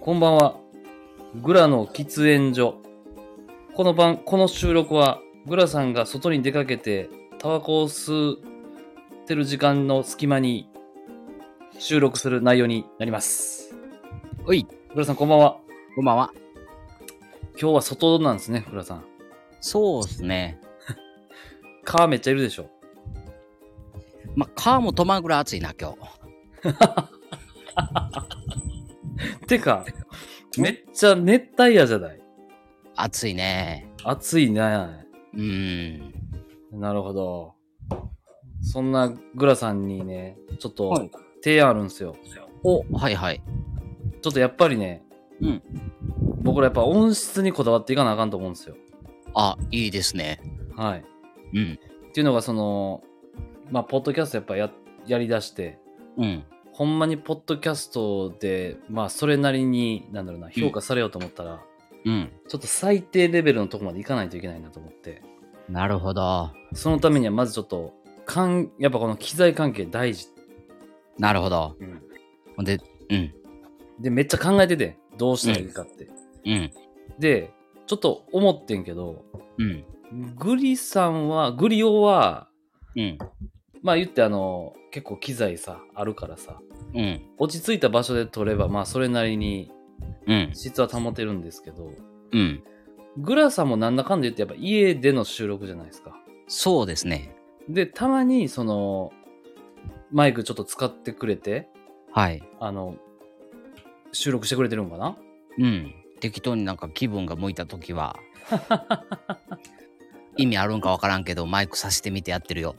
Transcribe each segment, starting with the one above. こんばんは。グラの喫煙所。この番、この収録は、グラさんが外に出かけて、タバコを吸ってる時間の隙間に収録する内容になります。おい、グラさん、こんばんは。こんばんは。今日は外なんですね、グラさん。そうですね。蚊めっちゃいるでしょ。まあ、川も止まんぐらい暑いな、今日。て か、めっちゃ熱帯夜じゃない。暑いね。暑いね。うーん。なるほど。そんなグラさんにね、ちょっはとい提案あるんですよ。お、はいはい。ちょっとやっぱりね、うん僕らやっぱ音質にこだわっていかなあかんと思うんですよ。あ、いいですね。はい。うん。っていうのがその、まあ、ポッドキャストやっぱややりだして、うん。ほんまにポッドキャストで、まあ、それなりに、なんだろうな、評価されようと思ったら、うん。ちょっと最低レベルのとこまでいかないといけないなと思って、なるほど。そのためにはまずちょっと、かんやっぱこの機材関係大事。なるほど。ほんで、うん。で、めっちゃ考えてて、どうしたらいいかって。うん。で、ちょっと思ってんけど、うん。グリさんは、グリオは、うん。まあ言ってあの、結構機材さ、あるからさ、うん。落ち着いた場所で撮れば、まあそれなりにうん。質は保てるんですけど、うん。グラさんもなんだかんだ言ってやっぱ家での収録じゃないですか。そうですね。で、たまにその、マイクちょっと使ってくれて、はい。あの、収録してくれてるんかなうん。適当になんか気分が向いたとき は。意味あるんかわからんけど、マイクさしてみてやってるよ。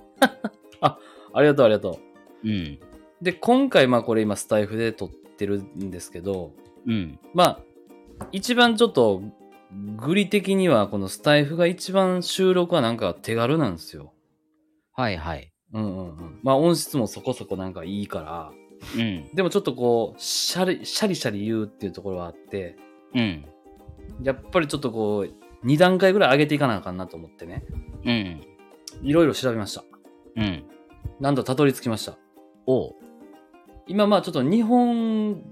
ありがとうありがとうん。う。で、今回まあこれ今スタイフで撮ってるんですけど、うん。まあ、一番ちょっと、グリ的にはこのスタイフが一番収録はなんか手軽なんですよ。はいはい。うんうんうん。まあ音質もそこそこなんかいいから、うん。でもちょっとこう、シャリ、シャリシャリ言うっていうところはあって、うん。やっぱりちょっとこう、2段階ぐらい上げていかなあかんなと思ってね、うん。いろいろ調べました。うん。なんとたどり着きました。おう。今まあちょっと日本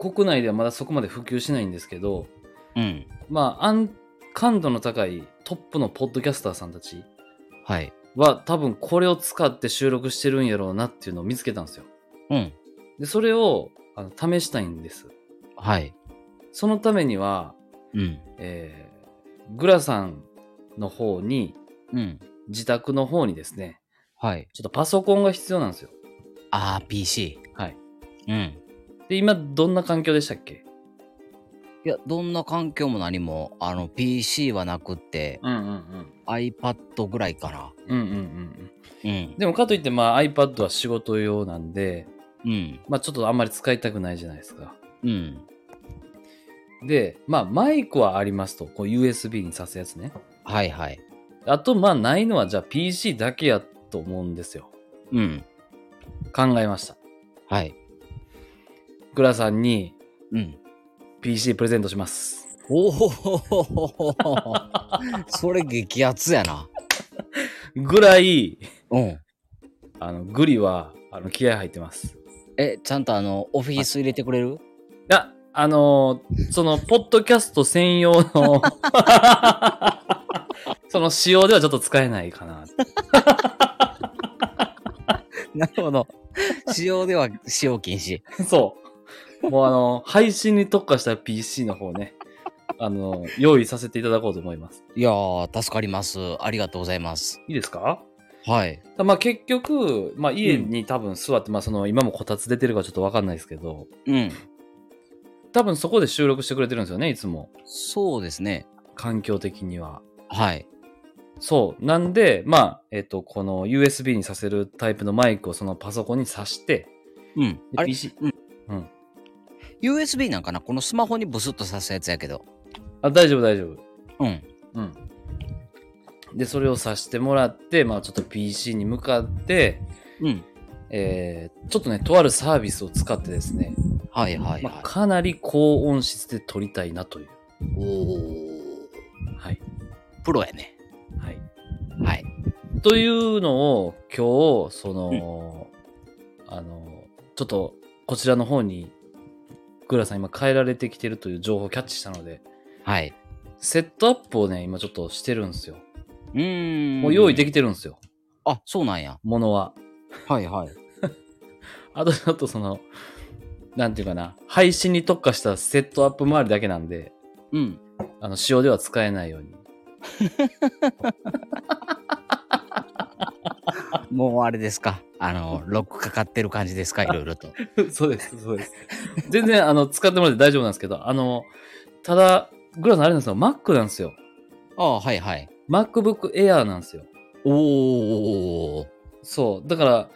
国内ではまだそこまで普及しないんですけど、うん。まあ安感度の高いトップのポッドキャスターさんたちはい。は多分これを使って収録してるんやろうなっていうのを見つけたんですよ。うん。で、それをあの試したいんです。はい。そのためには、うん。えー、グラさんの方に、うん。自宅の方にですね、はい。ちょっとパソコンが必要なんですよ。あー、PC。はい。うん。で、今どんな環境でしたっけいや、どんな環境も何も、あの、PC はなくって、うんうんうん。 iPad ぐらいかな。うんうんうんうん。うん。でもかといって、まあ iPad は仕事用なんで、うん。まあちょっとあんまり使いたくないじゃないですか。うん。で、まあマイクはありますと。こう USB に挿すやつね。はいはい。あと、まあないのはじゃあ PC だけやと思うんですよ。うん。考えました。はい。グラさんにうん。 PC プレゼントします。おおそれ激アツやな。ぐらい、うん。あの、グリは、あの、気合入ってます。え、ちゃんとあの、オフィス入れてくれる あ、あのーその、ポッドキャスト専用の、その仕様ではちょっと使えないかな。なるほど。使用では使用禁止。そう。もうあの、配信に特化した PC の方ね、あの、用意させていただこうと思います。いやー、助かります。ありがとうございます。いいですかはい。まあ結局、まあ家に多分座って、まあその今もこたつ出てるかちょっとわかんないですけど、うん。多分そこで収録してくれてるんですよね、いつも。そうですね。環境的には。はい。そう。なんで、まあ、えっ、と、この USB にさせるタイプのマイクをそのパソコンに挿して、うん。であれ PC うんうん。 USB なんかなこのスマホにブスッと刺すやつやけど。あ、大丈夫、大丈夫。うん。うん。で、それを挿してもらって、まあ、ちょっと PC に向かって、うん。えー、ちょっとね、とあるサービスを使ってですね、はいはいまあ、はかなり高音質で撮りたいなという。い。おお。はい。プロやね。はい。はい。というのを、今日、その、あの、ちょっと、こちらの方に、ググラさん今変えられてきてるという情報をキャッチしたので、はい。セットアップをね、今ちょっとしてるんですよ。うーん。もう用意でききてるんですよ、あ、そうなんや。ものは。はいはい。あとちょっとその、なんていうかな、配信に特化したセットアップ周りだけなんで、うん。あの、仕様では使えないように。もうあれですか。あの、ロックかかってる感じですか、いろいろと。 そうです、そうです。 全然、あの、使ってもらって大丈夫なんですけど、あの、ただ、グラさんあれなんですよ、Mac なんですよ。ああ、はいはい。 MacBook Air なんですよ。おー。そう。だから、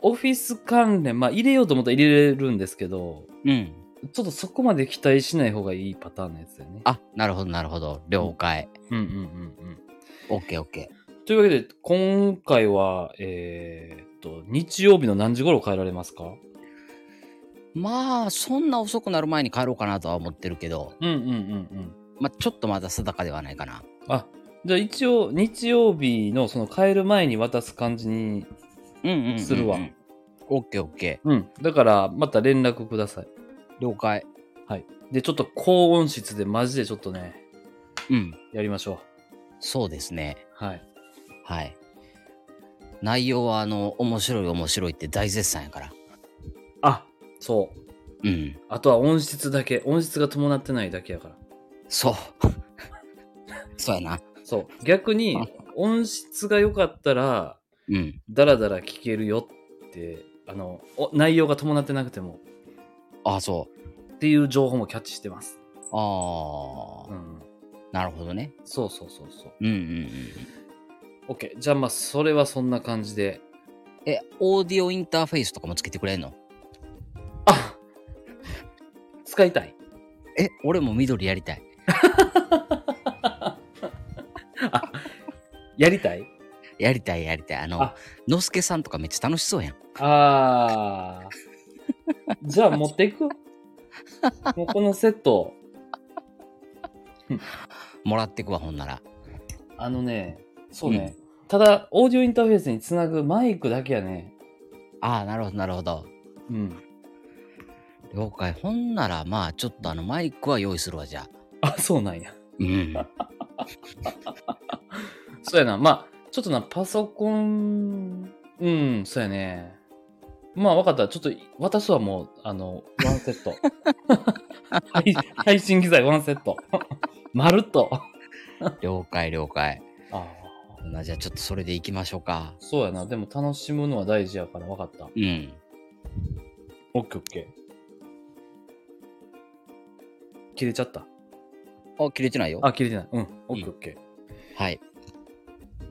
オフィス関連、まあ入れようと思ったら入れれるんですけど、うん。ちょっとそこまで期待しない方がいいパターンのやつだよね。あ、なるほどなるほど。了解。うんうんうんオッケーオッケうん。というわけで、今回は、えーっと、日曜日の何時頃帰られますかー。まあ、そんな遅くなる前に帰ろうかなとは思ってるけど、うんうんうんうん。まあ、ちょっとまだ定かではないかな。あ、じゃあ一応、日曜日のその帰る前に渡す感じに、うんうんうん、うん。するわ。オッケーオッケうん。だから、また連絡ください。ー。了解。で、ちょっと高音質でマジでちょっとね、うん。やりましょそうですね。う。はい。はい。内容は、あの、面白い面白いって大絶賛やから。あ、そう。うん。あとは音質だけ。音質が伴ってないだけやから。そう。 そうやな。そう。逆に、音質が良かったら、うん。ダラダラ聞けるよって、あの、お内容が伴ってなくても、ああ、そっていう情報もキャッチしてます。う。ああ、うん。なるほどね。そうそうそうそう。うんうんうん。 OK。じゃあまあ、それはそんな感じで。え、オーディオインターフェースとかもつけてくれんのあ使いたい。え、俺も緑やりたい。やりたいやりたいやりたい。あのあ、のすけさんとかめっちゃ楽しそうやん。ああ。 じゃあ持っていくもうこのセット、もらってくわ、ほんなら。あのね、そうね。ただ、オーディオインターフェースにつなぐマイクだけやね。ああ、なるほど、なるほど。うん。了解。ほんなら、まあ、ちょっとあの、マイクは用意するわ、じゃあ。あ、そうなんや。うん。そうやな。まあ、ちょっとな、パソコン、うん、そうやね。まあ、わかった。ちょっと、渡すはもう、あの、ワンセ ット。配配信機材ワンセッ ト。まるっと。 了解、了解。あほなじゃあ、ちょっとそれでいきましょうか。そうやな。でも、楽しむのは大事やから、わかった。うん。オッケーオッケー。切れちゃった。あ、切れてないよ。あ、切れてない。うん。オッケーオッケー。はい。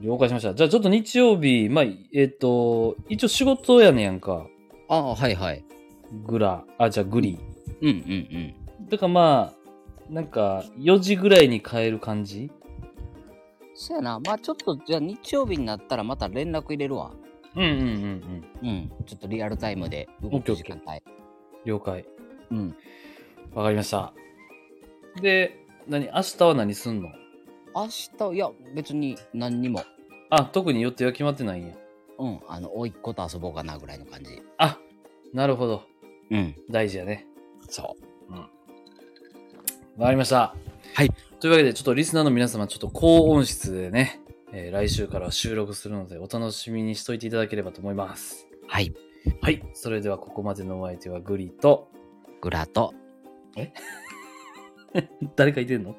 了解しました。じゃあちょっと日曜日、まあ、えっ、と、一応仕事やねやんか。ああ、はいはい。グラ、あ、じゃあグリ。うんうんうん。だからまあ、なんか、4時ぐらいに帰る感じそやな。まあちょっと、じゃあ日曜日になったらまた連絡入れるわ。うんうんうんうん。うん。ちょっとリアルタイムで動く時間帯。了解。うん。わかりました。で、何明日は何すんの明日、いや、別に何にも。あ、特に予定は決まってないんや。うん。あの、甥いっ子と遊ぼうかなぐらいの感じ。あ、なるほど。うん。大事やね。そう。わかりました。はい。というわけで、ちょっとリスナーの皆様、ちょっと高音質でね、えー来週から収録するので、お楽しみにしといていただければと思います。はい。はい。それではここまでのお相手はグリと、グラと。誰かいてんの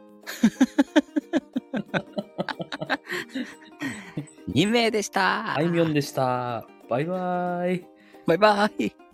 2名でした。あいみょんでした。バイバーイ。バイバイ。